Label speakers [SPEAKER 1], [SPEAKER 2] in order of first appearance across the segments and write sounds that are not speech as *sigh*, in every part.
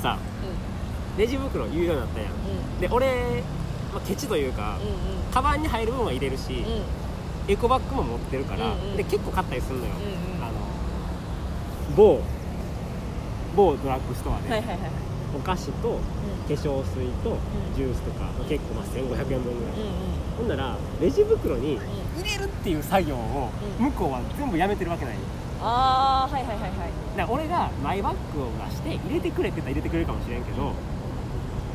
[SPEAKER 1] さレジ袋有料だったやんで俺、まあ、ケチというか、カバンに入る分は入れるし、エコバッグも持ってるから、
[SPEAKER 2] うんうん
[SPEAKER 1] で結構買ったりするのよ、あの某某ドラッグストアで、
[SPEAKER 2] はいはいはいはい
[SPEAKER 1] お菓子と化粧水と
[SPEAKER 2] ん
[SPEAKER 1] ジュースとか、
[SPEAKER 2] うん
[SPEAKER 1] 結構まあ1500円分ぐらい、
[SPEAKER 2] うんうん
[SPEAKER 1] ほんならレジ袋に
[SPEAKER 2] うんうん
[SPEAKER 1] 入れるっていう作業を
[SPEAKER 2] うん
[SPEAKER 1] 向こうは全部やめてるわけないよ
[SPEAKER 2] ああはいはいはいはい
[SPEAKER 1] だから俺がマイバッグを出して入れてくれって言ったら入れてくれるかもしれんけど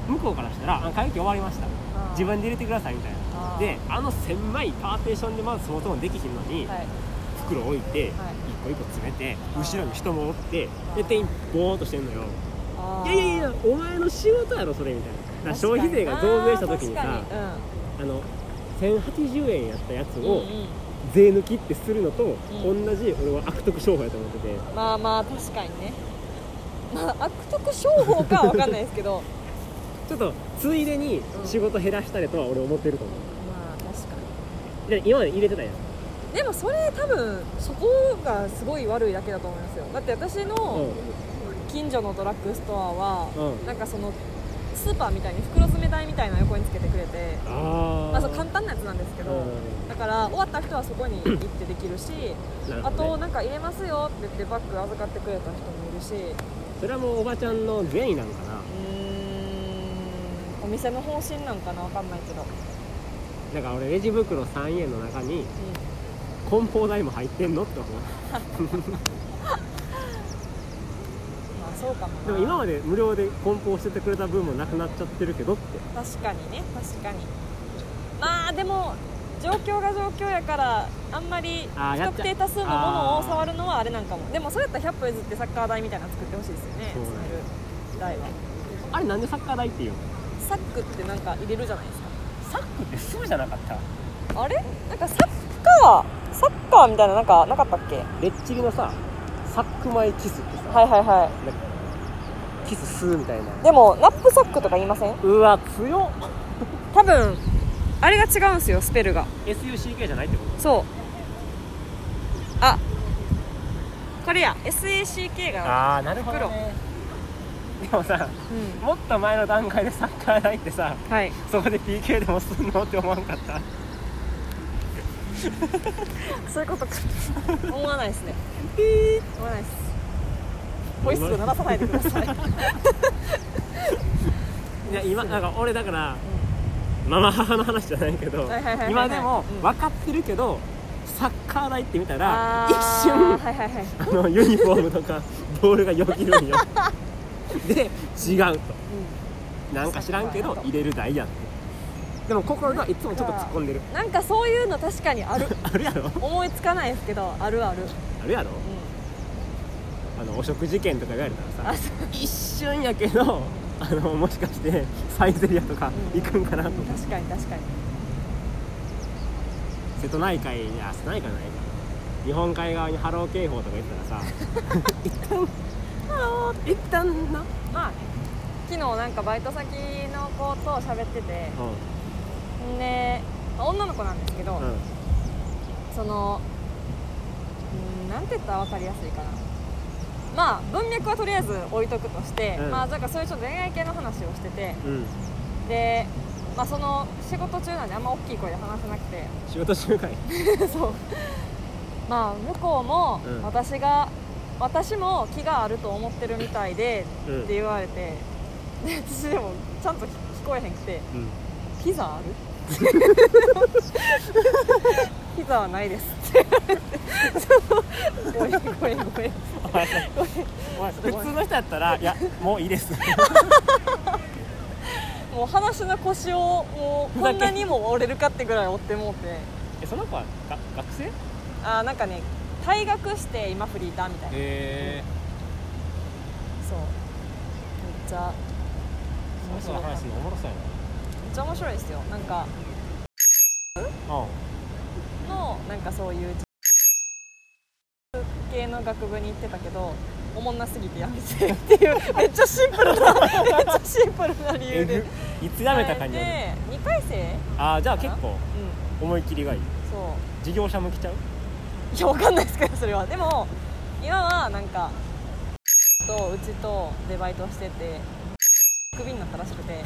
[SPEAKER 1] 向こうからしたら「あ会計終わりました
[SPEAKER 2] あー
[SPEAKER 1] 自分で入れてください」みたいな
[SPEAKER 2] あー
[SPEAKER 1] であの狭いパーテーションでまずそもそもできひんのに、
[SPEAKER 2] はい
[SPEAKER 1] 袋置いて
[SPEAKER 2] はい
[SPEAKER 1] 一個一個詰めて
[SPEAKER 2] あー
[SPEAKER 1] 後ろに人もおって
[SPEAKER 2] あー
[SPEAKER 1] で店員ボーンとしてんのよ
[SPEAKER 2] あ
[SPEAKER 1] い
[SPEAKER 2] ー
[SPEAKER 1] やいやいやお前の仕事やろそれみたいなだから消費税が増税した時にさ
[SPEAKER 2] 確かにあ
[SPEAKER 1] あの1080円やったやつ
[SPEAKER 2] ー確かにう
[SPEAKER 1] を
[SPEAKER 2] んうんうん
[SPEAKER 1] 税抜きってするのと同
[SPEAKER 2] ん
[SPEAKER 1] じ俺は悪徳商法やと思ってて
[SPEAKER 2] まあまあ確かにねまあ悪徳商法かは分かんないですけど
[SPEAKER 1] ちょっとついでに
[SPEAKER 2] うん
[SPEAKER 1] 仕事減らしたりとは俺思ってると思
[SPEAKER 2] まあ確かに
[SPEAKER 1] うで今まで入れてたやん
[SPEAKER 2] でもそれ多分そこがすごい悪いだけだと思いますよだって私
[SPEAKER 1] うん
[SPEAKER 2] の近所のドラッグストアは、
[SPEAKER 1] うん
[SPEAKER 2] なんかそのスーパーみたいに袋詰め台みたいなの横につけてくれて
[SPEAKER 1] あ
[SPEAKER 2] まあ、そう簡
[SPEAKER 1] ー
[SPEAKER 2] 単なやつなんですけど、
[SPEAKER 1] うん
[SPEAKER 2] だから終わった人はそこに行ってできるし
[SPEAKER 1] なる
[SPEAKER 2] あ
[SPEAKER 1] ほ
[SPEAKER 2] と
[SPEAKER 1] どね
[SPEAKER 2] なんか入れますよって言ってバッグ預かってくれた人もいるしう
[SPEAKER 1] それはもうおばちゃんの善意なのかな
[SPEAKER 2] ーんお店の方針なんかなわかんないけど、
[SPEAKER 1] だから俺レジ袋3円の中に梱包代も入ってんのって思う
[SPEAKER 2] まあそうかもな
[SPEAKER 1] でも今まで無料で梱包しててくれた分もなくなっちゃってるけどって
[SPEAKER 2] 確かにね確かにまあでも状況が状況やからあんまり
[SPEAKER 1] あー
[SPEAKER 2] 不
[SPEAKER 1] やっち
[SPEAKER 2] 特
[SPEAKER 1] ゃ
[SPEAKER 2] 定多数のものを触るのはあれなんかもでもそれやったら100歩譲ってサッカー台みたいなの作ってほしいですよね
[SPEAKER 1] そうね
[SPEAKER 2] 作る台は
[SPEAKER 1] あれなんでサッカー代っていうの
[SPEAKER 2] サックってなんか入れるじゃないです
[SPEAKER 1] サ
[SPEAKER 2] か
[SPEAKER 1] ックってすぐじゃなかった
[SPEAKER 2] あれなんかサッカーサッカーみたいななんかなかったっけは
[SPEAKER 1] レッチリのさサックマイキスってさ、
[SPEAKER 2] いは
[SPEAKER 1] な
[SPEAKER 2] いは
[SPEAKER 1] んかキスすーみたいない
[SPEAKER 2] でもナップサックとか言いません
[SPEAKER 1] うわ強っ
[SPEAKER 2] 多分あれが違うんですよスペルが
[SPEAKER 1] SUCK じゃないってこ
[SPEAKER 2] そうあこれや SACK
[SPEAKER 1] と
[SPEAKER 2] が
[SPEAKER 1] ああなるほど、ね、でもさ
[SPEAKER 2] う
[SPEAKER 1] もっと前の段階でサッカー代ってさ
[SPEAKER 2] んはい
[SPEAKER 1] そこで PK でもすんのって思わんかった
[SPEAKER 2] そういうことか思わないですね思わないですホイッスル鳴らさないでください
[SPEAKER 1] いや今なんか俺だから、ママ母の話じゃないけど
[SPEAKER 2] はいはいはいはい
[SPEAKER 1] 今でも
[SPEAKER 2] うん
[SPEAKER 1] 分かってるけど、サッカー代って見たら
[SPEAKER 2] *laughs* あ
[SPEAKER 1] 一
[SPEAKER 2] ー
[SPEAKER 1] 瞬
[SPEAKER 2] はいはいはい
[SPEAKER 1] あのユニフォームと
[SPEAKER 2] *laughs*
[SPEAKER 1] かボールがよぎるんよで違うとなんか知らんけど入れる代やってでも心がいつもちょっと突っ込んでる
[SPEAKER 2] うんなんかそういうの確かにある
[SPEAKER 1] あるやろ
[SPEAKER 2] 思いつかないですけどあるある、
[SPEAKER 1] あるやろあのお食事券とか言われたらさ一瞬やけどあのもしかしてサイゼリアとか行くんかなと
[SPEAKER 2] うん、
[SPEAKER 1] か
[SPEAKER 2] 確かに確かに
[SPEAKER 1] 瀬戸内海いや瀬戸内海じゃないか日本海側に波浪警報とか言ったらさ一旦
[SPEAKER 2] あ
[SPEAKER 1] 一旦な、
[SPEAKER 2] まあ昨日なんかバイト先の子と喋ってて
[SPEAKER 1] うん
[SPEAKER 2] で、まあ女の子なんですけど、
[SPEAKER 1] んうん、
[SPEAKER 2] そのうんなんて言ったら分かりやすいかなまあ文脈はとりあえず置いとくとして、
[SPEAKER 1] うん
[SPEAKER 2] まあなんかそういうちょっと恋愛系の話をしてて
[SPEAKER 1] うん、
[SPEAKER 2] でまあその仕事中なんであんま大きい声で話せなくて *laughs*
[SPEAKER 1] 仕事集会
[SPEAKER 2] そうまあ向こうも
[SPEAKER 1] うん
[SPEAKER 2] 私が、私も気があると思ってるみたいで
[SPEAKER 1] うん
[SPEAKER 2] って言われて、で私でもちゃんと聞聞こえへんくて
[SPEAKER 1] うん
[SPEAKER 2] 「
[SPEAKER 1] *laughs*
[SPEAKER 2] ピザある? 」ピザはないです」って言われてそうごめんごめんごめん
[SPEAKER 1] お前お前普通の人やったら「いやもういいです」 *laughs*
[SPEAKER 2] もう話の腰をもう
[SPEAKER 1] ふ
[SPEAKER 2] こ
[SPEAKER 1] ざけ
[SPEAKER 2] んなにも折れるかってぐらい折ってもうて
[SPEAKER 1] えその子はが学生
[SPEAKER 2] あーなんかね退学して今フリーターみたいな
[SPEAKER 1] え
[SPEAKER 2] そうめっちゃ
[SPEAKER 1] その人の
[SPEAKER 2] 面白い
[SPEAKER 1] 話のおもろそうや
[SPEAKER 2] めっちゃ面白いですよなんか
[SPEAKER 1] なうん
[SPEAKER 2] のなんかそういう系の学部に行ってたけどおもんなすぎてやめてっていう *laughs* めっちゃシンプ
[SPEAKER 1] *laughs*
[SPEAKER 2] ルなめっちゃシンプルな理由で
[SPEAKER 1] いつ辞めたかによる
[SPEAKER 2] で2回生うん
[SPEAKER 1] ああじゃあ結構思い切りがいい
[SPEAKER 2] そ
[SPEAKER 1] 事業者向きちゃう
[SPEAKER 2] ういやわかんないですけどそれはでも今はなんかとうちとでバイトしててクビになったらしくて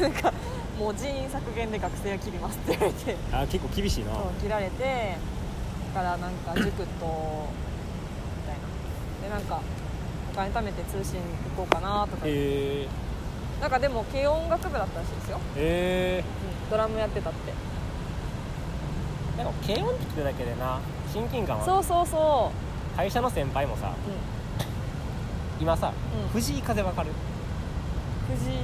[SPEAKER 2] なんかもう人員削減で学生は切りますって言われて
[SPEAKER 1] あ結構厳しいな
[SPEAKER 2] そう切られてだからなんか塾とみたいなでなんかお金貯めて通信行こうかなとか、
[SPEAKER 1] へえ
[SPEAKER 2] なんかでも軽音楽部だったらしいですよ、
[SPEAKER 1] え
[SPEAKER 2] うん、ドラムやってたって
[SPEAKER 1] ー、でも軽音って聞くだけでな親近感はある
[SPEAKER 2] そうそうそ
[SPEAKER 1] 会社の先輩もさ
[SPEAKER 2] う、うん、
[SPEAKER 1] 今さ、
[SPEAKER 2] うん
[SPEAKER 1] 藤井風わかる
[SPEAKER 2] 藤井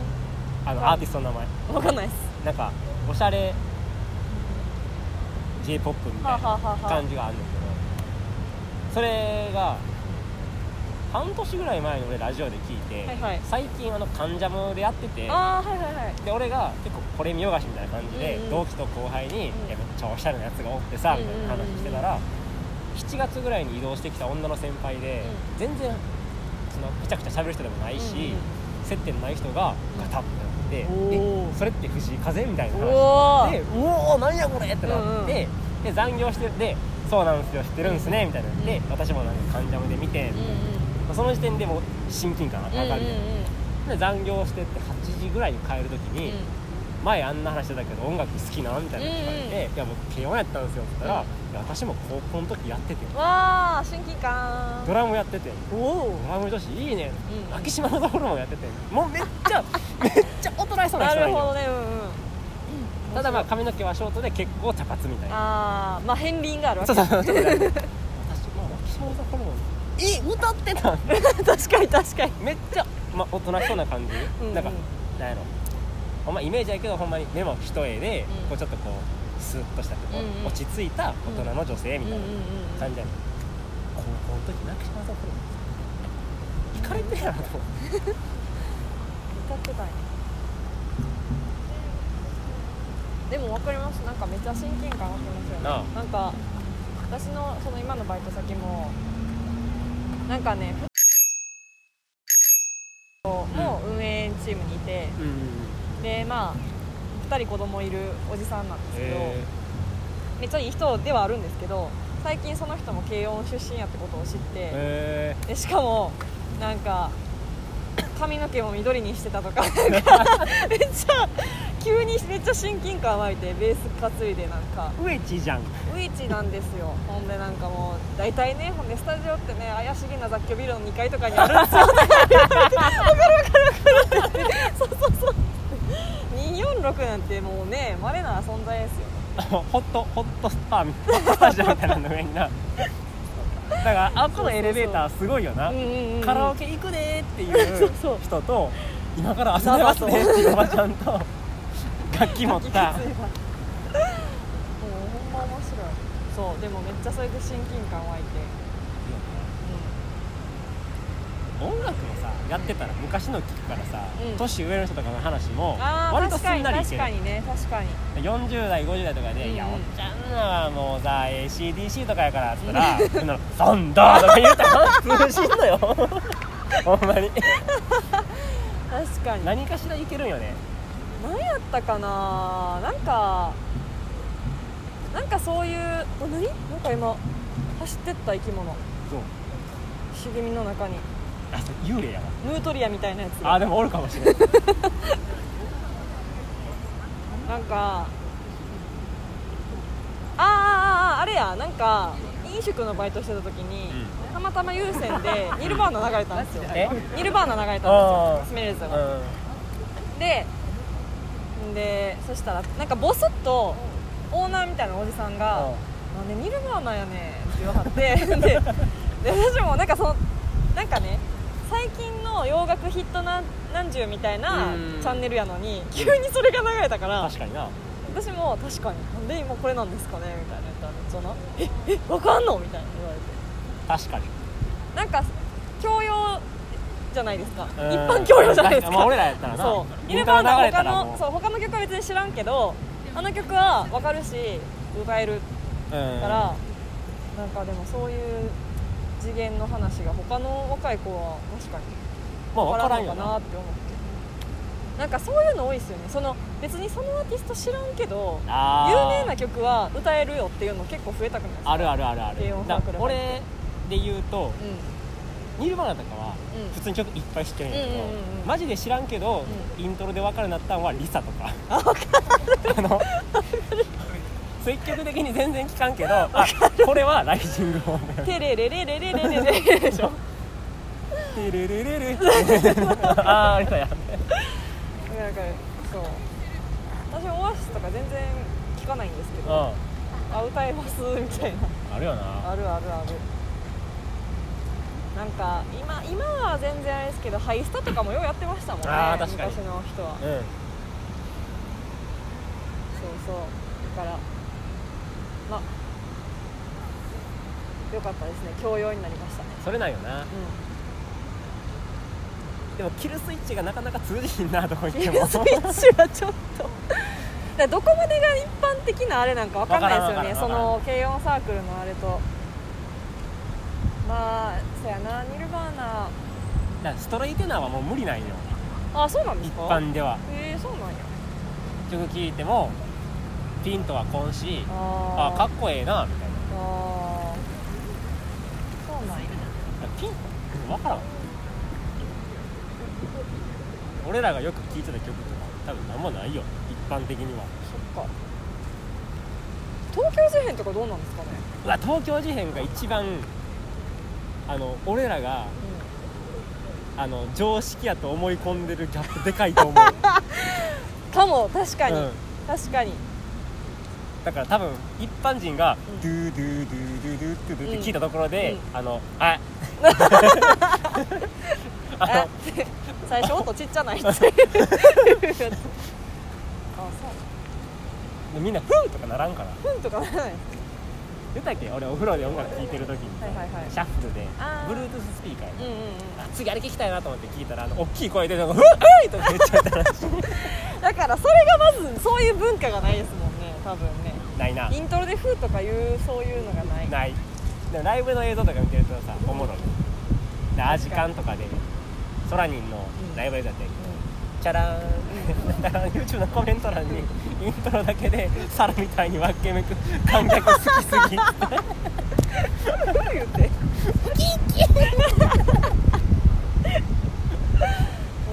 [SPEAKER 1] あ
[SPEAKER 2] うん
[SPEAKER 1] のアーティストの名前
[SPEAKER 2] わかんないっす
[SPEAKER 1] なんかおしゃれ j p o p みた
[SPEAKER 2] はいあ、は
[SPEAKER 1] な
[SPEAKER 2] あはあはあ
[SPEAKER 1] 感じがあるんだけどそれが半年ぐらい前に俺ラジオで聞いて、
[SPEAKER 2] はいはい
[SPEAKER 1] 最近あの「関ジャム」でやってて
[SPEAKER 2] あーはいはいはい
[SPEAKER 1] で俺が結構これ見よがしみたいな感じで、
[SPEAKER 2] うんうん
[SPEAKER 1] 同期と後輩に、
[SPEAKER 2] うん
[SPEAKER 1] いやめっちゃおしゃれなやつが多くてさ、
[SPEAKER 2] うんうん
[SPEAKER 1] み
[SPEAKER 2] うん
[SPEAKER 1] たいな話してたら7月ぐらいに移動してきた女の先輩で、
[SPEAKER 2] う
[SPEAKER 1] 全然そのくちゃくちゃ喋る人でもないし、
[SPEAKER 2] うんうん
[SPEAKER 1] 接点ない人がガタッてなって、
[SPEAKER 2] うんおー
[SPEAKER 1] えそれって藤井風みたいな
[SPEAKER 2] お
[SPEAKER 1] 話
[SPEAKER 2] ー
[SPEAKER 1] で「うおー何やこれ!」ってなって、
[SPEAKER 2] うんうん
[SPEAKER 1] で残業してで「そうなんですよ知ってるんですね」みたいなで、
[SPEAKER 2] うん
[SPEAKER 1] 私もなんか「関ジャム」で見て、
[SPEAKER 2] うんうん
[SPEAKER 1] その時点でもう親近感上がるみたいな、
[SPEAKER 2] うんうんうん
[SPEAKER 1] で残業してって8時ぐらいに帰る時に、前あんな話してたけど音楽好きなみたいなこと聞かれて、
[SPEAKER 2] うんうん
[SPEAKER 1] いや僕軽音やったんですよって言ったら、
[SPEAKER 2] うん
[SPEAKER 1] いや私も高校の時やってて
[SPEAKER 2] うんわあ親近感
[SPEAKER 1] ドラムやってて
[SPEAKER 2] おお
[SPEAKER 1] ドラム女子いいね、
[SPEAKER 2] うん
[SPEAKER 1] 秋島のところもやっててもうめっち
[SPEAKER 2] *laughs*
[SPEAKER 1] ゃめっちゃおとなしそうな
[SPEAKER 2] な
[SPEAKER 1] 人なん
[SPEAKER 2] るほど
[SPEAKER 1] よ
[SPEAKER 2] ねうんうん
[SPEAKER 1] ただまあ髪の毛はショートで結構茶髪みたいな
[SPEAKER 2] あーまあ片鱗があるわ
[SPEAKER 1] そ
[SPEAKER 2] け
[SPEAKER 1] うそうそうちょっとなんか私もう秋島のところもえ歌ってたん
[SPEAKER 2] *laughs* 確かに確かに
[SPEAKER 1] めっちゃ、まあ、おとなしそうな感じ、
[SPEAKER 2] うんうん
[SPEAKER 1] なんかなんやろほんまイメージやけどほんまに目も一重で、
[SPEAKER 2] うん
[SPEAKER 1] こうちょっとこうスッとしたこう
[SPEAKER 2] うんうん
[SPEAKER 1] 落ち着いた大人の女性みたいな
[SPEAKER 2] うん
[SPEAKER 1] 感じやねん高校の時なくしまったこれ行かれてるやろと思って
[SPEAKER 2] 歌ってたんやでも分かりますなんかめっちゃ親近感湧きますよね
[SPEAKER 1] なあ
[SPEAKER 2] なんか私のその今のバイト先もなんかねふもう運営チームにいて、
[SPEAKER 1] うんうん
[SPEAKER 2] でまあ2人子供いるおじさんなんですけど、めっちゃいい人ではあるんですけど最近その人も慶應出身やってことを知って、
[SPEAKER 1] え
[SPEAKER 2] でしかもなんか髪の毛も緑にしてた *laughs* とかなんかめっちゃ急にめっちゃ親近感湧いてベース担いでなんか
[SPEAKER 1] ー、植地じゃん
[SPEAKER 2] ウイチなんですよほんでなんかもう大体ねほんでスタジオってね怪しげな雑居ビルの2階とかにあるんです *laughs* よわかるわかるわかるそうそうそう246なんてもうね稀な存在ですよ
[SPEAKER 1] あのホットホットスターみホットスタジオみたいなのの上になだからあっこのエレベーターすごいよな
[SPEAKER 2] うんうんうん
[SPEAKER 1] カラオケ行くねーっていう
[SPEAKER 2] そう
[SPEAKER 1] 人と今から遊べますねっていうおばちゃんと楽器持っ
[SPEAKER 2] きついわ
[SPEAKER 1] た
[SPEAKER 2] *laughs* もうほんま面白いそうでもめっちゃそれで親近感湧いて、
[SPEAKER 1] 音楽もさやってたら昔の聞くからさ、
[SPEAKER 2] うん
[SPEAKER 1] 年上の人とかの話
[SPEAKER 2] う
[SPEAKER 1] も
[SPEAKER 2] ん、ああ
[SPEAKER 1] 割と
[SPEAKER 2] 確
[SPEAKER 1] す
[SPEAKER 2] かに
[SPEAKER 1] んなりい
[SPEAKER 2] 確
[SPEAKER 1] け
[SPEAKER 2] か
[SPEAKER 1] る
[SPEAKER 2] にね確かに
[SPEAKER 1] 40代50代とかで「
[SPEAKER 2] うん
[SPEAKER 1] いやおっちゃんらはもうさ ACDC とかやから」っつったら「そんなのサンダー」とか言うたら *laughs* 通信だよほんまに
[SPEAKER 2] 確かに
[SPEAKER 1] 何かしらいけるんよね
[SPEAKER 2] 何やったかななんかなんかそういうあ何なんか今走ってった生き物
[SPEAKER 1] そう
[SPEAKER 2] 茂みの中に
[SPEAKER 1] あそれ幽霊やわ
[SPEAKER 2] ヌートリアみたいなやつ
[SPEAKER 1] あ
[SPEAKER 2] が
[SPEAKER 1] でもおるかもしれない
[SPEAKER 2] なんかあーあーあーあれやなんか飲食のバイトしてた時に、たまたま有線でニルバーナ流れたんですよ
[SPEAKER 1] え
[SPEAKER 2] ニルバーナ流れたん
[SPEAKER 1] あ
[SPEAKER 2] で
[SPEAKER 1] ー
[SPEAKER 2] すよスメルズ
[SPEAKER 1] う
[SPEAKER 2] が、
[SPEAKER 1] ん
[SPEAKER 2] ででそしたらなんかボスとオーナーみたいなおじさんが
[SPEAKER 1] うん
[SPEAKER 2] 「なんでニルバーナやねん」って言わはってでで私もなんかそのなんかね最近の洋楽ヒットなん何十みたいな
[SPEAKER 1] うん
[SPEAKER 2] チャンネルやのに急にそれが流れたから
[SPEAKER 1] 確かにな
[SPEAKER 2] 私も確かになんで今これなんですかねみたいな言ったらめっちゃな「ええわかんの?」みたいな言われて
[SPEAKER 1] 確かに
[SPEAKER 2] なんか教養じゃないですか一
[SPEAKER 1] うん
[SPEAKER 2] 般教養じゃないですか
[SPEAKER 1] まあ俺らやったらな
[SPEAKER 2] そうイ
[SPEAKER 1] イ
[SPEAKER 2] ル
[SPEAKER 1] ント
[SPEAKER 2] バ
[SPEAKER 1] ロ
[SPEAKER 2] ーナ
[SPEAKER 1] 流れ
[SPEAKER 2] 他
[SPEAKER 1] たら
[SPEAKER 2] の
[SPEAKER 1] もう
[SPEAKER 2] そう他の曲は別に知らんけどあの曲は分かるし歌える
[SPEAKER 1] うん
[SPEAKER 2] から、なんかでもそういう次元の話が他の若い子は確かに
[SPEAKER 1] まあ
[SPEAKER 2] 分
[SPEAKER 1] 分
[SPEAKER 2] か
[SPEAKER 1] から
[SPEAKER 2] ら
[SPEAKER 1] ん
[SPEAKER 2] んの
[SPEAKER 1] よ
[SPEAKER 2] かな
[SPEAKER 1] な
[SPEAKER 2] って思ってなんかそういうの多いですよねその別にそのアーティスト知らんけど
[SPEAKER 1] あ
[SPEAKER 2] 有
[SPEAKER 1] ー
[SPEAKER 2] 名な曲は歌えるよっていうの結構増えたくないですか
[SPEAKER 1] あるあるあるある
[SPEAKER 2] 軽音
[SPEAKER 1] だ
[SPEAKER 2] サークル
[SPEAKER 1] 俺で言うと
[SPEAKER 2] うん
[SPEAKER 1] ニルヴァーナとかは
[SPEAKER 2] うん
[SPEAKER 1] 普通に曲いっぱい知ってるんやけど、
[SPEAKER 2] うんうんうんうん
[SPEAKER 1] マジで知らんけど、イントロで分かるなったんはリサとかあの積極的に全然聞かんけどあこれはライジングホーム
[SPEAKER 2] テレレレレレレレレレ
[SPEAKER 1] でしょテレレレレ
[SPEAKER 2] *laughs*
[SPEAKER 1] あーあれだや
[SPEAKER 2] なんかそう私オアシスとか全然聞かないんですけ
[SPEAKER 1] う
[SPEAKER 2] ど
[SPEAKER 1] ん
[SPEAKER 2] あ歌えますみたいな
[SPEAKER 1] あるよな
[SPEAKER 2] あるあるあるなんか今今は全然あれですけどハイスタとかもようやってましたもんね
[SPEAKER 1] あー確かに
[SPEAKER 2] 昔の人は
[SPEAKER 1] うん
[SPEAKER 2] そうそうだからまあよかったですね教養になりましたね
[SPEAKER 1] それなんよな
[SPEAKER 2] う
[SPEAKER 1] でもキルスイッチがなかなか通じひんなとこ行
[SPEAKER 2] ん
[SPEAKER 1] っ
[SPEAKER 2] キ
[SPEAKER 1] て
[SPEAKER 2] ル
[SPEAKER 1] も
[SPEAKER 2] ス
[SPEAKER 1] *laughs*
[SPEAKER 2] イッチはちょっとだ *laughs* からどこまでが一般的なあれなんかわかんないですよね
[SPEAKER 1] わから
[SPEAKER 2] そ
[SPEAKER 1] んわからん
[SPEAKER 2] の軽音サークルのあれとまあそやなニルバー
[SPEAKER 1] だ
[SPEAKER 2] ナ
[SPEAKER 1] からストレイテナーはもう無理なんよ
[SPEAKER 2] あそうなんで
[SPEAKER 1] 一
[SPEAKER 2] すか
[SPEAKER 1] 般では
[SPEAKER 2] えー、そうなんや
[SPEAKER 1] 曲聴いてもピンとはこんし
[SPEAKER 2] あ
[SPEAKER 1] あ
[SPEAKER 2] ー
[SPEAKER 1] かっこええなみたい
[SPEAKER 2] あーそうなんや
[SPEAKER 1] なピン分からん俺らがよく聴いてた曲とか多分何もないよ一般的には
[SPEAKER 2] そっか東京事変とかどうなんですかね、
[SPEAKER 1] うわ東京事変が一番あの俺らがあの常識やと思い込んでるギャップでかいと
[SPEAKER 2] *laughs*
[SPEAKER 1] 思う
[SPEAKER 2] かも確かに、
[SPEAKER 1] うん
[SPEAKER 2] 確かに
[SPEAKER 1] だから多分一般人が「
[SPEAKER 2] うん
[SPEAKER 1] ドゥドゥドゥドゥドゥドゥ」って聞いたところで、
[SPEAKER 2] う
[SPEAKER 1] あの「あ *laughs*
[SPEAKER 2] *laughs*
[SPEAKER 1] あ
[SPEAKER 2] え
[SPEAKER 1] の
[SPEAKER 2] って *laughs* 最初音ちっちゃ *laughs* ないってあそう
[SPEAKER 1] みんな「ふん!」とかならんから
[SPEAKER 2] ふんとかならない
[SPEAKER 1] 出たっけ俺お風呂で音楽聴いてる時に、
[SPEAKER 2] はいはいはい
[SPEAKER 1] シャッフルで
[SPEAKER 2] あー
[SPEAKER 1] Bluetooth スピーカーや
[SPEAKER 2] うんうん
[SPEAKER 1] あ次あれ聞きたいなと思って聞いたらあの大きい声でなんか「ふんはい!」とか言っちゃったらしい
[SPEAKER 2] うんだからそれがまずそういう文化がないですもんね多分ね *laughs*
[SPEAKER 1] ないな
[SPEAKER 2] イントロで「ふ」とかいうそういうのがない
[SPEAKER 1] ないでもライブの映像とか見てるとさおもろいでアジカンとかでソラニンのライブ映像だったんやけどチャラーンだから *laughs* YouTube のコメント欄にイントロだけで猿みたいに分けめく観客好きすぎ
[SPEAKER 2] *laughs* どう言うてキンキン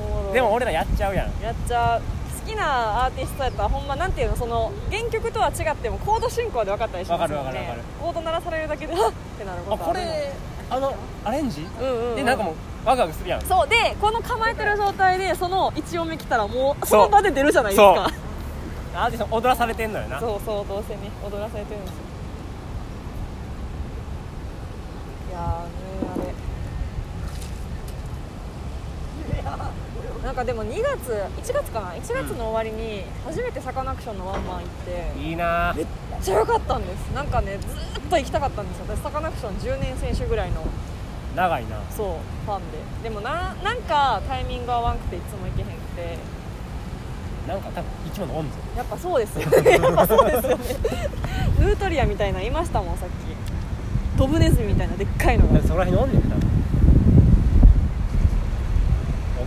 [SPEAKER 2] おもろい
[SPEAKER 1] でも俺らやっちゃうやん
[SPEAKER 2] やっちゃう好きなアーティストやったらほんまなんていうのその原曲とは違ってもコード進行で分かったりしますよね
[SPEAKER 1] わかるわかるわかる
[SPEAKER 2] コード鳴らされるだけであっってなるこ
[SPEAKER 1] あ
[SPEAKER 2] と
[SPEAKER 1] こ
[SPEAKER 2] る
[SPEAKER 1] れあのアレンジ、
[SPEAKER 2] うんうんうん
[SPEAKER 1] でなんかもうワクワクするやん
[SPEAKER 2] そうでこの構えてる状態でその1音目来たらもうそ
[SPEAKER 1] そう
[SPEAKER 2] の場で出るじゃないですか
[SPEAKER 1] アーティスト踊らされてんのよな
[SPEAKER 2] そうそうどうせね踊らされてるんですよいやーねあれなんかでも2月1月かな1月の終わりに初めてサカナクションのワンマン行って、
[SPEAKER 1] いいなぁ
[SPEAKER 2] めっちゃ良かったんですなんかねずーっと行きたかったんですよ私サカナクション10年選手ぐらいの
[SPEAKER 1] 長いな
[SPEAKER 2] そうファンででもななんかタイミング合わんくていつも行けへんくて
[SPEAKER 1] なんか多分生き物おんぞ
[SPEAKER 2] やっぱそうですよねやっぱそうですよねヌートリアみたいなのいましたもんさっきドブネズミみたいなでっかいの
[SPEAKER 1] そ
[SPEAKER 2] が、うん、
[SPEAKER 1] こら辺おんねん多分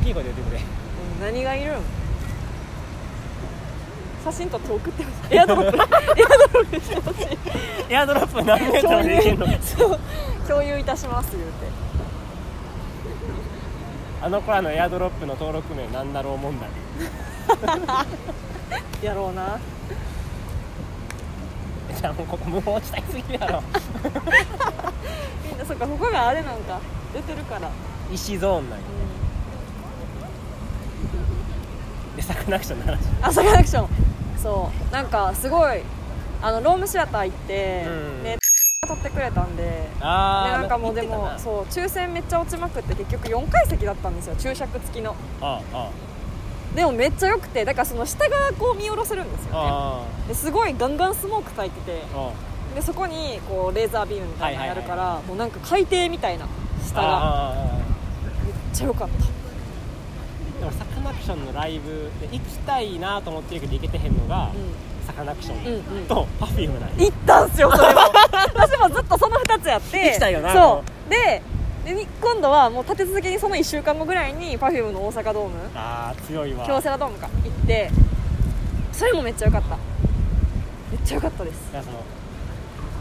[SPEAKER 1] 大きい声で言ってくれ
[SPEAKER 2] 何がいるん写真撮って送ってほしいエアドロップエアドロップしてほしい
[SPEAKER 1] エアドロップ何メートルでいけんの
[SPEAKER 2] そう共有いたします言うて
[SPEAKER 1] *laughs* あの子らのエアドロップの登録名なんだろう問題
[SPEAKER 2] やろうな
[SPEAKER 1] じゃあもうここ無法地帯すぎるやろ
[SPEAKER 2] みんなそっかここがあれなんか出てるから
[SPEAKER 1] 石ゾーンなんよでサカナクションの話
[SPEAKER 2] あサカナクションそうなんかすごいあのロームシアター行って、
[SPEAKER 1] うん
[SPEAKER 2] ね撮ってくれたんでで
[SPEAKER 1] あ
[SPEAKER 2] なんかもうで
[SPEAKER 1] 言って
[SPEAKER 2] も
[SPEAKER 1] たな
[SPEAKER 2] そう抽選めっちゃ落ちまくって結局4階席だったんですよ注釈付きの
[SPEAKER 1] ああ
[SPEAKER 2] でもめっちゃ良くてだからその下がこう見下ろせるんですよね
[SPEAKER 1] あ
[SPEAKER 2] ですごいガンガンスモーク焚いてて
[SPEAKER 1] ああ
[SPEAKER 2] でそこにこうレーザービームみたいなのやるから、
[SPEAKER 1] は
[SPEAKER 2] もうなんか海底みたいな
[SPEAKER 1] あ
[SPEAKER 2] 下が
[SPEAKER 1] ああ
[SPEAKER 2] めっちゃ良かった
[SPEAKER 1] でもサカナクションのライブで行きたいなと思ってるけど行けてへんのが、
[SPEAKER 2] う
[SPEAKER 1] サカナクシ
[SPEAKER 2] んう
[SPEAKER 1] ョ
[SPEAKER 2] んうん
[SPEAKER 1] ンと Perfume なんよ
[SPEAKER 2] 行ったんすよそ
[SPEAKER 1] *laughs*
[SPEAKER 2] れは私もずっとその2つやって
[SPEAKER 1] 行きたいよなも
[SPEAKER 2] そうででに今度はもう立て続けにその1週間後ぐらいに Perfume の大阪ドーム
[SPEAKER 1] ああ強いわ
[SPEAKER 2] 京セラドームか行ってそれもめっちゃ良かっためっちゃ良かったです
[SPEAKER 1] だからその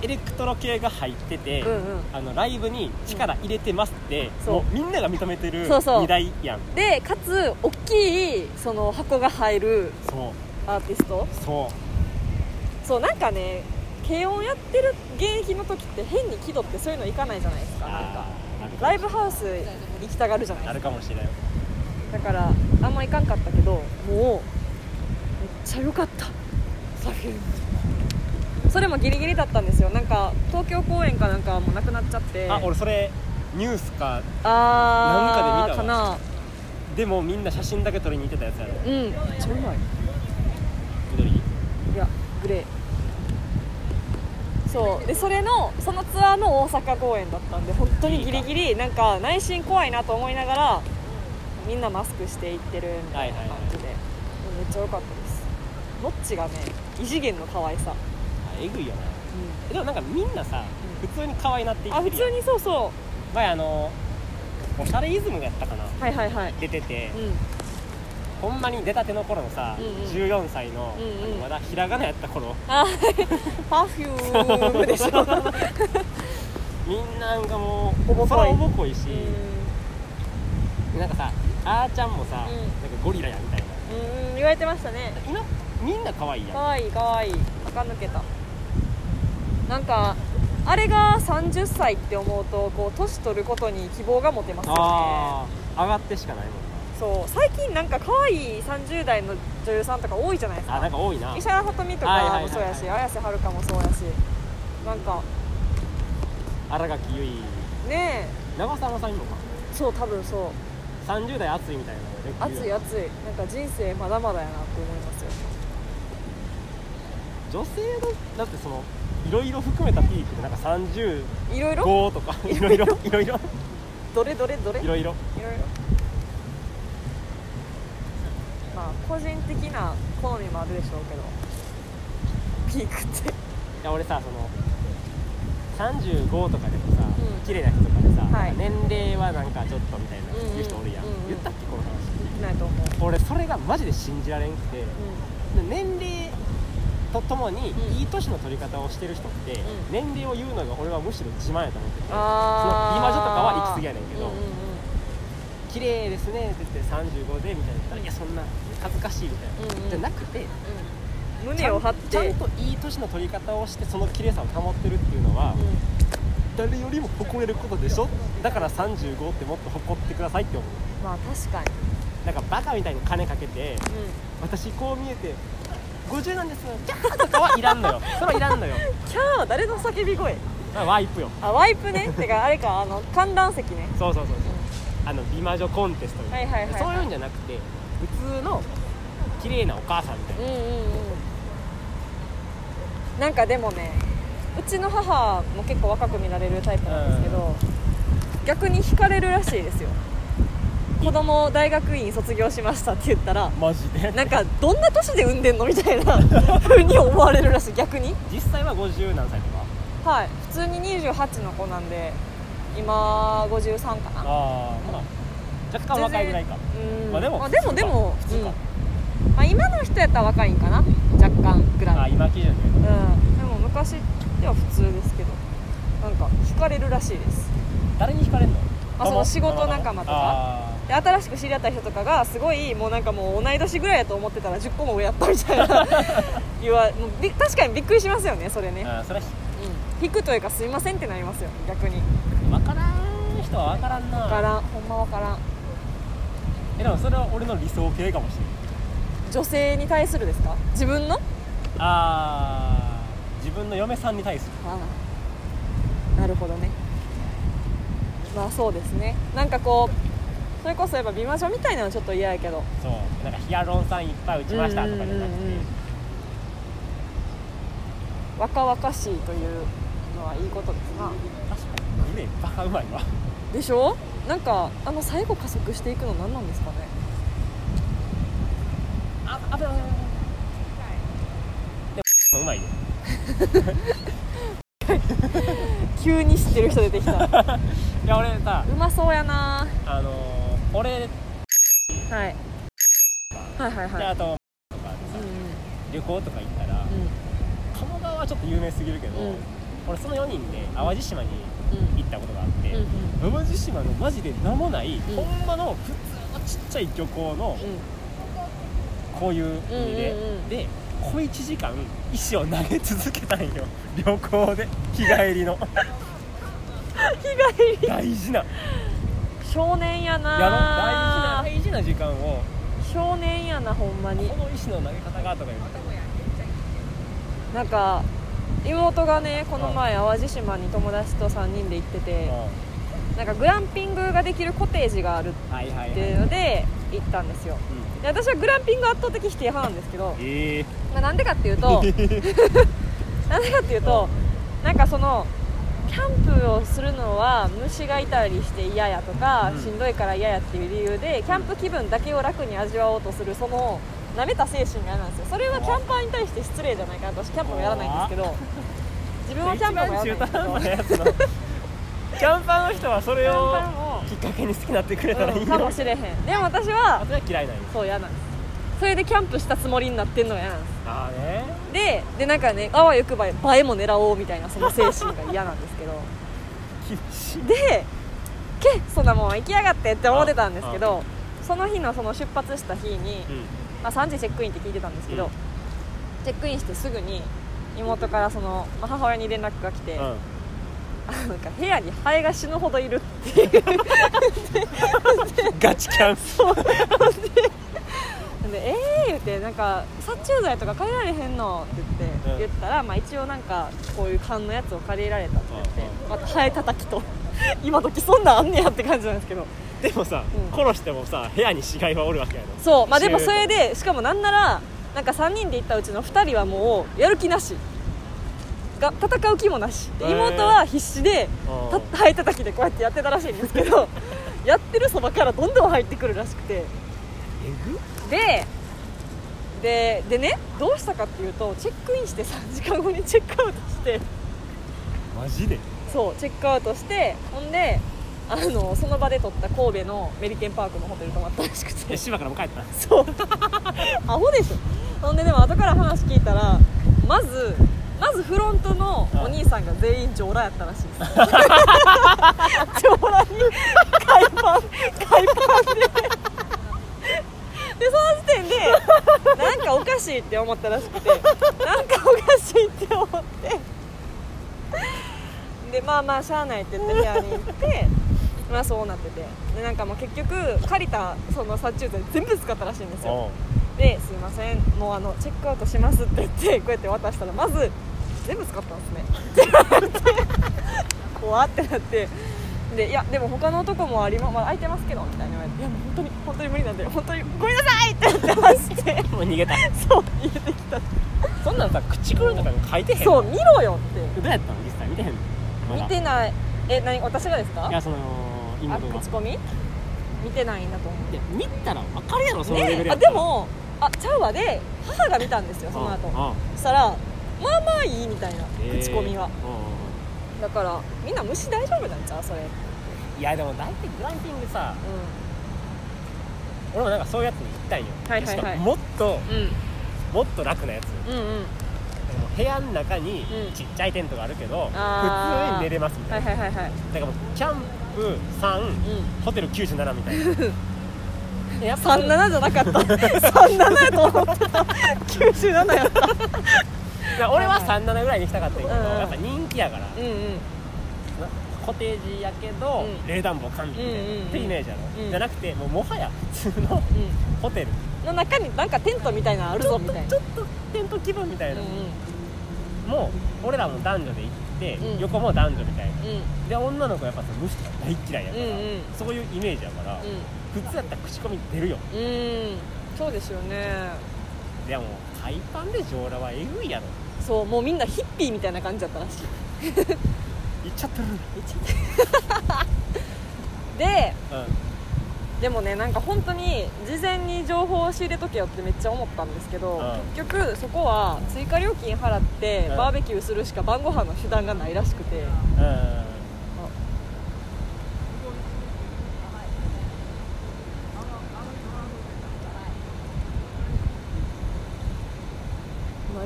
[SPEAKER 1] エレクトロ系が入ってて、
[SPEAKER 2] うんうん
[SPEAKER 1] あのライブに力入れてますって、
[SPEAKER 2] そう
[SPEAKER 1] もうみんなが認めてる
[SPEAKER 2] そうそう
[SPEAKER 1] 2台やん
[SPEAKER 2] でかつ大きいその箱が入る
[SPEAKER 1] そ
[SPEAKER 2] アーティスト
[SPEAKER 1] うそう
[SPEAKER 2] そうなんかね軽音やってる現役の時って変に気取ってそういうの行かないじゃないですかなん
[SPEAKER 1] あ
[SPEAKER 2] か
[SPEAKER 1] ーあるかも
[SPEAKER 2] ライブハウス行きたがるじゃな
[SPEAKER 1] あ
[SPEAKER 2] いで
[SPEAKER 1] る
[SPEAKER 2] す
[SPEAKER 1] かもしれない
[SPEAKER 2] かだからあんま行かんかったけどもうめっちゃ良かったサフィーそれもギリギリだったんですよなんか東京公演かなんかはもうなくなっちゃって
[SPEAKER 1] あ俺それニュースかな
[SPEAKER 2] あ
[SPEAKER 1] んかで見たわでもみんな写真だけ撮りに行ってたやつやろ
[SPEAKER 2] かなうんめっちゃうまい
[SPEAKER 1] 緑
[SPEAKER 2] いやグレーそうでそれのそのツアーの大阪公演だったんで本当にギリギリなんか内心怖いなと思いながらみんなマスクしていってるみたいな感じで、めっちゃ良かったですノッチがね異次元の可愛さ、
[SPEAKER 1] あえぐいよなえでもなんかみんなさ普通に可愛いなって言
[SPEAKER 2] あ
[SPEAKER 1] って
[SPEAKER 2] 普
[SPEAKER 1] るや
[SPEAKER 2] 通
[SPEAKER 1] ん
[SPEAKER 2] にそうそ
[SPEAKER 1] 前あのおしゃれイズムがやったかな
[SPEAKER 2] うはいはいはい
[SPEAKER 1] 出てて、
[SPEAKER 2] うん
[SPEAKER 1] ほんまに出たての頃のさ、
[SPEAKER 2] うんうん
[SPEAKER 1] 14歳の,、
[SPEAKER 2] うんうん
[SPEAKER 1] まだひらがなやった頃
[SPEAKER 2] あ *laughs* パフュームでし *laughs* ょ
[SPEAKER 1] *laughs* みんななんかもう
[SPEAKER 2] おぼこい
[SPEAKER 1] そらおぼこいし、
[SPEAKER 2] う
[SPEAKER 1] なんかさあーちゃんもさ、
[SPEAKER 2] う
[SPEAKER 1] なんか
[SPEAKER 2] ん
[SPEAKER 1] ゴリラやみたいなん
[SPEAKER 2] うん言われてましたね
[SPEAKER 1] 今みんな可愛いやん
[SPEAKER 2] かわいいかわいい垢抜けたなんかあれが30歳って思うとこう年取ることに希望が持てますよね
[SPEAKER 1] ああ上がってしかないもん
[SPEAKER 2] そう最近なんか可愛い30代の女優さんとか多いじゃないです
[SPEAKER 1] なあな
[SPEAKER 2] か
[SPEAKER 1] んか多いな
[SPEAKER 2] 石原さとみと
[SPEAKER 1] はいはいはい
[SPEAKER 2] か
[SPEAKER 1] はい
[SPEAKER 2] もそうやし綾瀬はるかもそうやしなんか
[SPEAKER 1] 新垣結衣
[SPEAKER 2] ね
[SPEAKER 1] 長澤さんいんのか
[SPEAKER 2] えそう多分そう
[SPEAKER 1] 30代熱いみたいなのよく言う
[SPEAKER 2] 熱い熱いなんか人生まだまだやなって思いますよ
[SPEAKER 1] 女性のだってそのいろいろ含めたピークでなんか35
[SPEAKER 2] いろいろ
[SPEAKER 1] とかいろいろいろいろ
[SPEAKER 2] どれどれどれ
[SPEAKER 1] いろいろ
[SPEAKER 2] いろいろまあ個人的な好みもあるでしょうけどピークって
[SPEAKER 1] いや俺さその35とかでもさ、
[SPEAKER 2] うん
[SPEAKER 1] 綺麗な人とかでさ、
[SPEAKER 2] はい
[SPEAKER 1] 年齢はなんかちょっとみたいな
[SPEAKER 2] うんうん
[SPEAKER 1] 言う人おるやん,、
[SPEAKER 2] うんうん
[SPEAKER 1] 言ったっけこの話
[SPEAKER 2] ないと思う、
[SPEAKER 1] 俺それがマジで信じられんくて、年齢とともに
[SPEAKER 2] うん
[SPEAKER 1] いい年の取り方をしてる人って、
[SPEAKER 2] ん
[SPEAKER 1] 年齢を言うのが俺はむしろ自慢やと思っててその美
[SPEAKER 2] あー
[SPEAKER 1] 魔女とかは行き過ぎやねんけど、
[SPEAKER 2] うんうん
[SPEAKER 1] 綺麗ですねって言って35でみたいな言ったらいやそんな恥ずかしいみたいな、
[SPEAKER 2] うんうん
[SPEAKER 1] じゃなくて
[SPEAKER 2] うんうん胸を張っ
[SPEAKER 1] ちゃん
[SPEAKER 2] て
[SPEAKER 1] ちゃんといい年の取り方をしてその綺麗さを保ってるっていうのは、
[SPEAKER 2] うん
[SPEAKER 1] 誰よりも誇れることでしょだから35ってもっと誇ってくださいって思う
[SPEAKER 2] まあ確かに、
[SPEAKER 1] なんかバカみたいに金かけて
[SPEAKER 2] う
[SPEAKER 1] 私こう見えて50なんですキャーとかはいらんの
[SPEAKER 2] *laughs*
[SPEAKER 1] よそれはいらんのよ
[SPEAKER 2] ん、キャーは誰の叫び声
[SPEAKER 1] まあワイプよ
[SPEAKER 2] あワイプねてかあれかあの観覧席ね
[SPEAKER 1] そうそうそうそうあの美魔女コンテストみたいな、
[SPEAKER 2] はいはいはいはい
[SPEAKER 1] そういうんじゃなくて普通の綺麗なお母さんみたい
[SPEAKER 2] うん
[SPEAKER 1] な、
[SPEAKER 2] うんうんなんかでもねうちの母も結構若く見られるタイプなんですけど、逆に惹かれるらしいですよ子供大学院卒業しましたって言ったら
[SPEAKER 1] マジで
[SPEAKER 2] なんかどんな年で産んでんのみたいな
[SPEAKER 1] *laughs*
[SPEAKER 2] 風に思われるらしい逆に
[SPEAKER 1] 実際は50何歳とか
[SPEAKER 2] はい普通に28の子なんで今53かな
[SPEAKER 1] ああまあ若干若いぐらいか
[SPEAKER 2] うん
[SPEAKER 1] まあでも
[SPEAKER 2] でもでも
[SPEAKER 1] 普通か
[SPEAKER 2] うんまあ、今の人やったら若いんかな若干ぐらい
[SPEAKER 1] あ今基準で言うと
[SPEAKER 2] うんでも昔では普通ですけどなんか惹かれるらしいです
[SPEAKER 1] 誰に惹かれんの
[SPEAKER 2] あその仕事仲間とか
[SPEAKER 1] あー
[SPEAKER 2] で新しく知り合った人とかがすごいもうなんかもう同い年ぐらいやと思ってたら10個も上やったみたいな *laughs* 言わもうび確かにびっくりしますよねそれね、
[SPEAKER 1] あーそれ
[SPEAKER 2] うん、引くというかすいませんってなりますよ逆に
[SPEAKER 1] 分からん人は分からんな
[SPEAKER 2] 分からんほんま分からん
[SPEAKER 1] えでもそれは俺の理想系かもしれない
[SPEAKER 2] 女性に対するですか自分の
[SPEAKER 1] あー自分の嫁さんに対する
[SPEAKER 2] ああなるほどねまあそうですねなんかこうそれこそやっぱ美魔女みたいなのちょっと嫌やけど
[SPEAKER 1] そうなんかヒアルロン酸いっぱい打ちましたとかじゃなく
[SPEAKER 2] うんうんうんうん
[SPEAKER 1] て
[SPEAKER 2] 若々しいというのはいいことですな
[SPEAKER 1] 確かにグレーバカうまいわ
[SPEAKER 2] でしょなんかあの最後加速していくの何なんですかね
[SPEAKER 1] あ危ない危ない危ないでもうまいね
[SPEAKER 2] 急に知ってる人出てき *laughs* た
[SPEAKER 1] いや俺さ
[SPEAKER 2] うまそうやな
[SPEAKER 1] あのー、俺
[SPEAKER 2] はいはいはいは
[SPEAKER 1] で
[SPEAKER 2] い
[SPEAKER 1] あと
[SPEAKER 2] うん
[SPEAKER 1] 旅行とか行ったら
[SPEAKER 2] うん
[SPEAKER 1] 鴨川はちょっと有名すぎるけど、
[SPEAKER 2] うん
[SPEAKER 1] あ俺その4人で淡路島に
[SPEAKER 2] うん
[SPEAKER 1] 行ったことがあって、
[SPEAKER 2] うんうん
[SPEAKER 1] 淡路島のマジで名もない、
[SPEAKER 2] ん
[SPEAKER 1] ほんまの普通のちっちゃい漁港のこういう海で、
[SPEAKER 2] うんうんうん
[SPEAKER 1] で小1時間石を投げ続けたんよ *laughs* 旅行で日帰り
[SPEAKER 2] *laughs*
[SPEAKER 1] の
[SPEAKER 2] 日帰り
[SPEAKER 1] 大事なや
[SPEAKER 2] 少年や
[SPEAKER 1] ろ大
[SPEAKER 2] な
[SPEAKER 1] 事な大事な時間を
[SPEAKER 2] 少年やなほんまに
[SPEAKER 1] この石の投げ方がとか言って
[SPEAKER 2] なんか妹がねこの前淡路島に友達と3人で行ってて
[SPEAKER 1] う
[SPEAKER 2] なんかグランピングができるコテージがある
[SPEAKER 1] んはいはい
[SPEAKER 2] っ
[SPEAKER 1] はい
[SPEAKER 2] ていうので行ったんですよ
[SPEAKER 1] うん
[SPEAKER 2] で私はグランピング圧倒的否定派なんですけ *laughs* ど、
[SPEAKER 1] ええ
[SPEAKER 2] まあ、なんでかっていう *laughs* となんでかっていうとなんかそのキャンプをするのは虫がいたりして嫌やとか、
[SPEAKER 1] うん
[SPEAKER 2] しんどいから嫌やっていう理由でキャンプ気分だけを楽に味わおうとするその舐めた精神が嫌なんですよそれはキャンパーに対して失礼じゃないかなと私キャンプもやらないんですけど自分はキャンプもやらないんですけど
[SPEAKER 1] のやつ
[SPEAKER 2] *laughs*
[SPEAKER 1] のキャンパーの人はそ
[SPEAKER 2] キ
[SPEAKER 1] れ
[SPEAKER 2] ャン
[SPEAKER 1] を
[SPEAKER 2] パ
[SPEAKER 1] きっかけに好きになってくれたら
[SPEAKER 2] ー
[SPEAKER 1] いい
[SPEAKER 2] も、うん、
[SPEAKER 1] の
[SPEAKER 2] か
[SPEAKER 1] に
[SPEAKER 2] もしれへんでも私
[SPEAKER 1] あ
[SPEAKER 2] は
[SPEAKER 1] それは嫌いなんです
[SPEAKER 2] そう嫌なんですそれでキャンプしたつもりになってんのが嫌なんです
[SPEAKER 1] ああね
[SPEAKER 2] ででなんかねあわよくば映えも狙おうみたいなその精神が嫌なんです
[SPEAKER 1] *laughs*
[SPEAKER 2] けど
[SPEAKER 1] 厳しい
[SPEAKER 2] でけそんなもんは行きやがってって思ってたんですけどその日のその出発した日に、まあ、3時チェックインって聞いてたんですけど、
[SPEAKER 1] うん
[SPEAKER 2] チェックインしてすぐに妹からその、まあ、母親に連絡が来て、
[SPEAKER 1] うん、
[SPEAKER 2] あなんか部屋にハエが死ぬほどいるって
[SPEAKER 1] ガチキャン
[SPEAKER 2] で「ええー」言ってなんか殺虫剤とか借りられへんのって言って、
[SPEAKER 1] うん
[SPEAKER 2] 言ったら、まあ、一応なんかこういう缶のやつを借りられたって言って、
[SPEAKER 1] うん
[SPEAKER 2] またハエ叩きと *laughs* 今時そんなんあんねやって感じなんですけど
[SPEAKER 1] でもさ、
[SPEAKER 2] うん
[SPEAKER 1] 殺してもさ部屋に死骸はおるわけやろ
[SPEAKER 2] そうまあでもそれでしかもなんならなんか3人で行ったうちの2人はもうやる気なしが戦う気もなしで
[SPEAKER 1] へー
[SPEAKER 2] 妹は必死で
[SPEAKER 1] うん
[SPEAKER 2] たハエ叩きでこうやってやってたらしいんですけどやってるそばからどんどん入ってくるらしくて。
[SPEAKER 1] えぐ
[SPEAKER 2] でででねどうしたかっていうとチェックインして3時間後にチェックアウトして
[SPEAKER 1] マジで
[SPEAKER 2] そうチェックアウトしてほんであのその場で撮った神戸のメリケンパークのホテル泊まったらしくて *laughs*
[SPEAKER 1] え島からも帰った
[SPEAKER 2] そう *laughs* アホでしょほんででも後から話聞いたらまずまずフロントのお兄さんが全員上ラやったらしいです *laughs* 上ラに海パン海パンででその時点でなんかおかしいって思ったらしくてなんかおかしいって思ってでまあまあしゃあないって言って部屋に行ってまあそうなっててでなんかもう結局借りたその殺虫剤全部使ったらしいんですよですいませんもうあのチェックアウトしますって言ってこうやって渡したらまず全部使ったんですねって言われて怖ってなってでいやでも他の男もありま、まあ、空いてますけどみたいに言われていやもう本当に本当に無理なんで本当にごめんなさいって言って走って
[SPEAKER 1] もう逃げた
[SPEAKER 2] そう言ってきた
[SPEAKER 1] そんなんさ口くるとかに書いてへん
[SPEAKER 2] そう見ろよっ
[SPEAKER 1] どうやったの実際見てへんのま
[SPEAKER 2] て
[SPEAKER 1] だ
[SPEAKER 2] 見てないえ何私がですか
[SPEAKER 1] いやその
[SPEAKER 2] あ
[SPEAKER 1] 妹が
[SPEAKER 2] 口コミ見てないんだと思う
[SPEAKER 1] いや見たら分かるやろそのレベル
[SPEAKER 2] ねあ
[SPEAKER 1] やった
[SPEAKER 2] で
[SPEAKER 1] ら
[SPEAKER 2] もあちゃうわで母が見たんですよその後
[SPEAKER 1] うんうん
[SPEAKER 2] そしたらまあまあいいみたいな
[SPEAKER 1] えー
[SPEAKER 2] 口コミは、
[SPEAKER 1] うんうんうん
[SPEAKER 2] だからみんな虫大丈夫なんちゃうそれ、う
[SPEAKER 1] い
[SPEAKER 2] ん、
[SPEAKER 1] やでも大体グランピングさ俺もなんかそういうやつに行ったんよ、
[SPEAKER 2] はいはいは
[SPEAKER 1] し
[SPEAKER 2] い
[SPEAKER 1] かももっと
[SPEAKER 2] うん
[SPEAKER 1] もっと楽なやつ
[SPEAKER 2] うんうん
[SPEAKER 1] 部屋の中に
[SPEAKER 2] うん
[SPEAKER 1] ちっちゃいテントがあるけど、
[SPEAKER 2] あ
[SPEAKER 1] 普
[SPEAKER 2] ー
[SPEAKER 1] 通に寝れますみた
[SPEAKER 2] はいい
[SPEAKER 1] な、
[SPEAKER 2] はいはいはい
[SPEAKER 1] だからもうキャンプ3、
[SPEAKER 2] う
[SPEAKER 1] ホテル97みたい
[SPEAKER 2] *laughs*
[SPEAKER 1] なえやっぱ
[SPEAKER 2] 37じゃなかった37やと思ってた97やった
[SPEAKER 1] いや俺は37ぐらいに行きたかったんやけど、
[SPEAKER 2] うんうん
[SPEAKER 1] やっぱ人気やから、
[SPEAKER 2] うんうん
[SPEAKER 1] なコテージやけど、
[SPEAKER 2] うん
[SPEAKER 1] 冷暖房完備みたいな、
[SPEAKER 2] うんうんうん
[SPEAKER 1] ってイメージやろ、
[SPEAKER 2] うん
[SPEAKER 1] じゃなくてもうもはや普通の
[SPEAKER 2] う
[SPEAKER 1] ホテル
[SPEAKER 2] んの中になんかテントみたいなのある
[SPEAKER 1] ちょ
[SPEAKER 2] ぞ
[SPEAKER 1] っ
[SPEAKER 2] み
[SPEAKER 1] と
[SPEAKER 2] たい
[SPEAKER 1] ち
[SPEAKER 2] な
[SPEAKER 1] ょっとテント気分みたい
[SPEAKER 2] うん
[SPEAKER 1] な、
[SPEAKER 2] うん
[SPEAKER 1] もう俺らも男女で行って、
[SPEAKER 2] うん
[SPEAKER 1] 横も男女みたいな
[SPEAKER 2] うん
[SPEAKER 1] で女の子やっぱさ虫とか大嫌いやから、
[SPEAKER 2] うんうん
[SPEAKER 1] そういうイメージやから、普通やったら口コミ出るよ
[SPEAKER 2] うんうんそうですよね
[SPEAKER 1] でも海パンで上裸はえぐいやろ
[SPEAKER 2] そうもうみんなヒッピーみたいな感じだったらしい
[SPEAKER 1] 行っちゃってる
[SPEAKER 2] で
[SPEAKER 1] うん
[SPEAKER 2] でもねなんか本当に事前に情報を仕入れとけよってめっちゃ思ったんですけど、
[SPEAKER 1] うん
[SPEAKER 2] 結局そこは追加料金払って
[SPEAKER 1] うん
[SPEAKER 2] バーベキューするしか晩ご飯の手段がないらしくて、
[SPEAKER 1] うん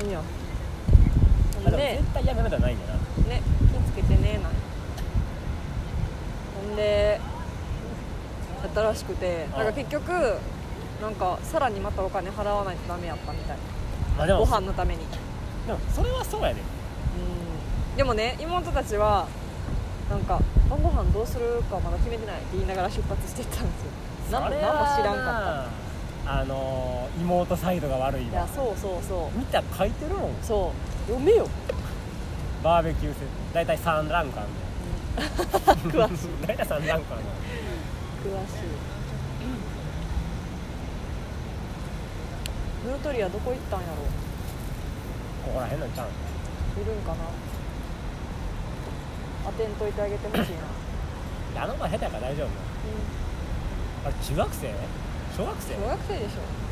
[SPEAKER 2] なんや
[SPEAKER 1] あ
[SPEAKER 2] ほん
[SPEAKER 1] でも
[SPEAKER 2] で
[SPEAKER 1] 絶対やめるではないんだな
[SPEAKER 2] ねけてねなんほんでやったらしくて
[SPEAKER 1] あ
[SPEAKER 2] だから結局なんかさらにまたお金払わないとダメやったみたい
[SPEAKER 1] まあ、で
[SPEAKER 2] な
[SPEAKER 1] も
[SPEAKER 2] ご飯のために
[SPEAKER 1] でもそれはそうやで、
[SPEAKER 2] うんでもね妹たちはなんか晩ご飯どうするかまだ決めてないって言いながら出発していったんですよな
[SPEAKER 1] そ
[SPEAKER 2] んも
[SPEAKER 1] れ
[SPEAKER 2] なん
[SPEAKER 1] は
[SPEAKER 2] も知らんかっ
[SPEAKER 1] あのー妹サイドが悪い
[SPEAKER 2] た
[SPEAKER 1] わ
[SPEAKER 2] いやそうそうそ
[SPEAKER 1] 見た書いてるもん
[SPEAKER 2] うそう読めよ
[SPEAKER 1] バーベキューセット大体3ランクあるね
[SPEAKER 2] *laughs* 詳しい
[SPEAKER 1] 大体3ランクあるね
[SPEAKER 2] 詳しいムートリアどこ行ったんやろ
[SPEAKER 1] ここら辺のちゃん
[SPEAKER 2] いるんかな当てんといてあげてほしいな、
[SPEAKER 1] あの子は下手やから大丈夫あれ中学生小学生
[SPEAKER 2] 小学生でしょ